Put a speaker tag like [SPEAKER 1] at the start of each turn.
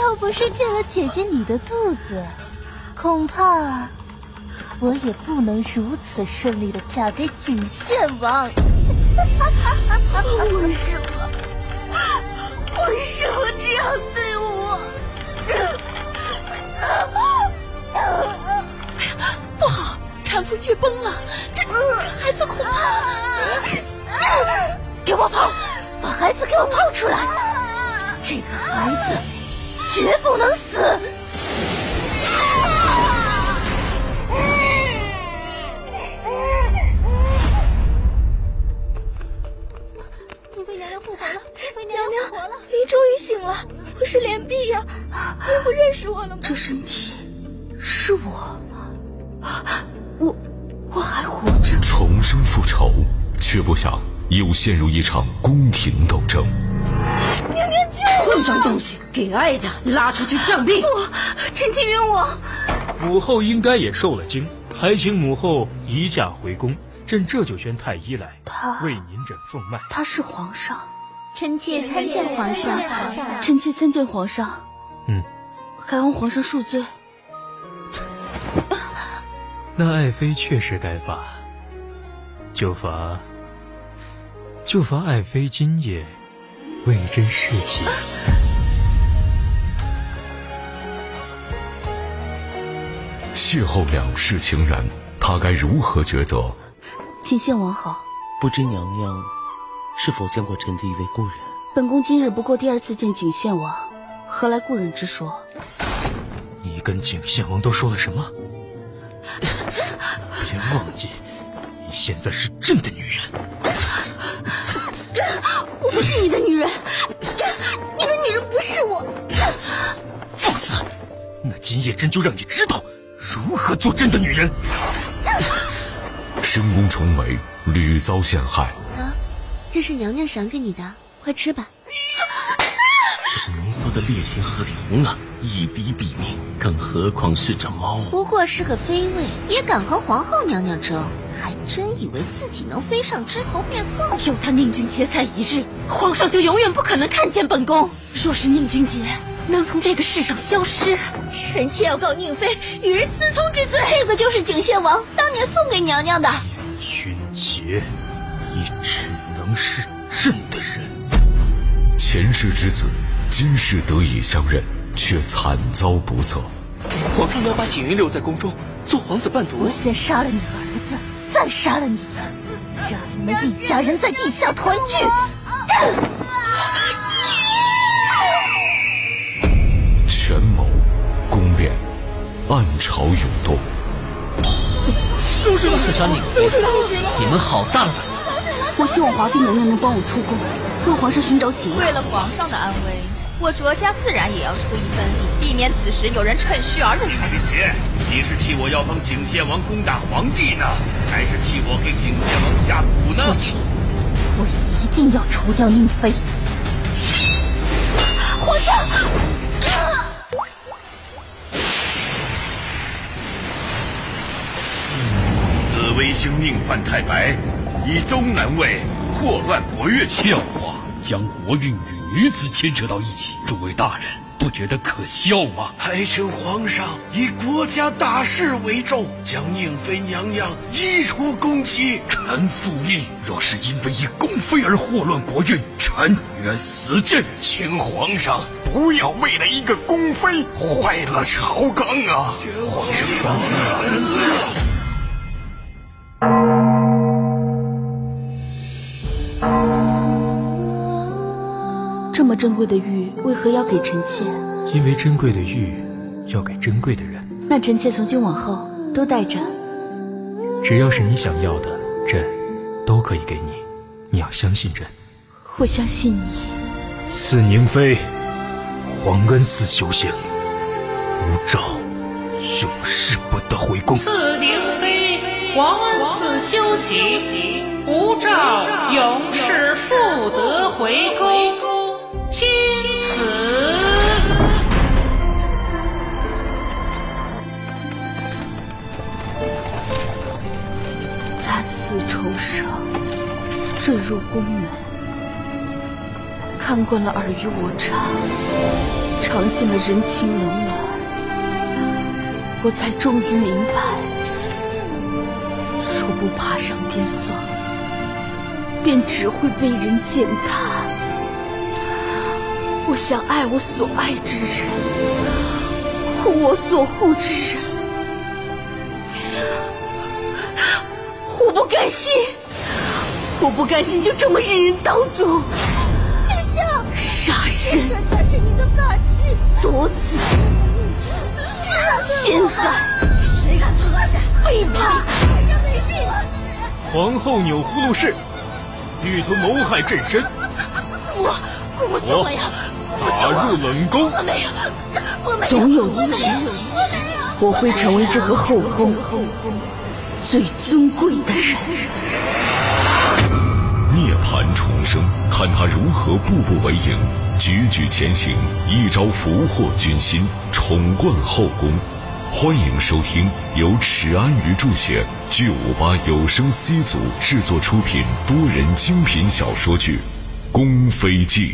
[SPEAKER 1] 要不是见了姐姐你的肚子，恐怕我也不能如此顺利的嫁给景献王。
[SPEAKER 2] 为什么？为什么这样对我？
[SPEAKER 3] 不好，产妇血崩了，这这孩子恐怕……
[SPEAKER 1] 给我跑！把孩子给我抛出来！这个孩子绝不能死！
[SPEAKER 2] 熠妃娘娘复活了！熠妃
[SPEAKER 4] 娘
[SPEAKER 2] 娘娘复活了！
[SPEAKER 4] 您终于醒了，我是莲碧呀、您不认识我了吗？
[SPEAKER 3] 这身体是我，啊我我还活着。
[SPEAKER 5] 重生复仇，却不想又陷入一场宫廷斗争。
[SPEAKER 2] 娘娘救我！
[SPEAKER 3] 混账东西，给哀家拉出去杖毙！
[SPEAKER 2] 陈青云，我
[SPEAKER 6] 母后应该也受了惊，还请母后移驾回宫，朕这就宣太医来为您诊凤脉。
[SPEAKER 3] 他是皇上，
[SPEAKER 2] 臣妾参见皇上。皇上，
[SPEAKER 3] 臣妾参见皇上。
[SPEAKER 6] 嗯，
[SPEAKER 3] 还望皇上恕罪。
[SPEAKER 6] 那爱妃确实该罚，就罚，就罚爱妃今夜为朕侍寝。
[SPEAKER 5] 邂逅两世情人，他该如何抉择？
[SPEAKER 3] 请献王好，
[SPEAKER 7] 不知娘娘是否见过臣的一位故人？
[SPEAKER 3] 本宫今日不过第二次见景献王，何来故人之说？
[SPEAKER 6] 你跟景献王都说了什么？别忘记，你现在是朕的女人。
[SPEAKER 2] 我不是你的女人，你的女人不是我。
[SPEAKER 6] 放肆！那今夜朕就让你知道如何做朕的女人。
[SPEAKER 5] 深宫重围，屡遭陷害。
[SPEAKER 8] 这是娘娘赏给你的，快吃吧。
[SPEAKER 9] 这是浓缩的烈性合体红啊，一滴毙命，更何况是这猫？
[SPEAKER 2] 不过是个妃位，也敢和皇后娘娘争，还真以为自己能飞上枝头变凤？
[SPEAKER 1] 有他宁君劫在一日，皇上就永远不可能看见本宫。若是宁君劫能从这个世上消失，
[SPEAKER 2] 臣妾要告宁妃与人私通之罪。这个就是景献王当年送给娘娘的。
[SPEAKER 6] 君杰，你只能是朕的人。
[SPEAKER 5] 前世之子，今世得以相认，却惨遭不测。
[SPEAKER 7] 皇上要把景云留在宫中，做皇子伴读
[SPEAKER 1] 我。先杀了你儿子，再杀了你，让你们一家人在地下团聚。嗯
[SPEAKER 5] 权谋、宫变、暗潮涌动，
[SPEAKER 9] 刺杀宁妃，你们好大的胆子！
[SPEAKER 3] 我希望华妃娘娘能帮我出宫，为皇上寻找景
[SPEAKER 10] 为了皇上的安危，我卓家自然也要出一份力，避免此时有人趁虚而入。
[SPEAKER 11] 君杰，你是气我要帮景献王攻打皇帝呢，还是气我给景献王下蛊呢？
[SPEAKER 1] 我一定要除掉宁妃。
[SPEAKER 2] 皇上，
[SPEAKER 11] 紫微星命犯太白，以东南卫祸乱国运。
[SPEAKER 9] 笑话，将国运与女子牵扯到一起，诸位大人不觉得可笑吗？
[SPEAKER 12] 还请皇上以国家大事为重，将宁妃娘娘移出宫籍。
[SPEAKER 9] 臣附议，若是因为一宫妃而祸乱国运，臣愿死谏。
[SPEAKER 12] 请皇上不要为了一个宫妃坏了朝纲啊！皇上三思啊！
[SPEAKER 3] 这么珍贵的玉，为何要给臣妾？
[SPEAKER 6] 因为珍贵的玉要给珍贵的人，
[SPEAKER 3] 那臣妾从今往后都带着。
[SPEAKER 6] 只要是你想要的，朕都可以给你。你要相信朕。
[SPEAKER 3] 我相信你。
[SPEAKER 6] 似宁妃，皇恩寺修行，无诏永世不得回宫。
[SPEAKER 13] 赐宁妃皇恩寺修习，无诏永世不得回宫。钦此。
[SPEAKER 3] 惨死重生，坠入宫门，看惯了尔虞我诈，尝尽了人情冷暖，我才终于明白，若不爬上巅峰，便只会被人践踏。我想爱我所爱之人，护我所护之人，我不甘心。我不甘心就这么任人刀俎，
[SPEAKER 4] 殿下，
[SPEAKER 3] 杀身
[SPEAKER 4] 才是你的法器，
[SPEAKER 3] 夺子，陷害，
[SPEAKER 4] 谁敢破家？
[SPEAKER 3] 背叛，
[SPEAKER 4] 国家没命了！
[SPEAKER 11] 皇后钮祜禄氏，欲图谋害朕身，
[SPEAKER 4] 我，我救我呀！
[SPEAKER 11] 打入冷宫，
[SPEAKER 4] 我没有，我没有，
[SPEAKER 3] 总有一天，我会成为这个后宫最尊贵的人。
[SPEAKER 5] 涅槃重生，看他如何步步为营，踽踽前行，一招俘获军心，宠冠后宫。欢迎收听由池安瑜著写、剧五八有声 C 组制作出品多人精品小说剧《宫妃记》。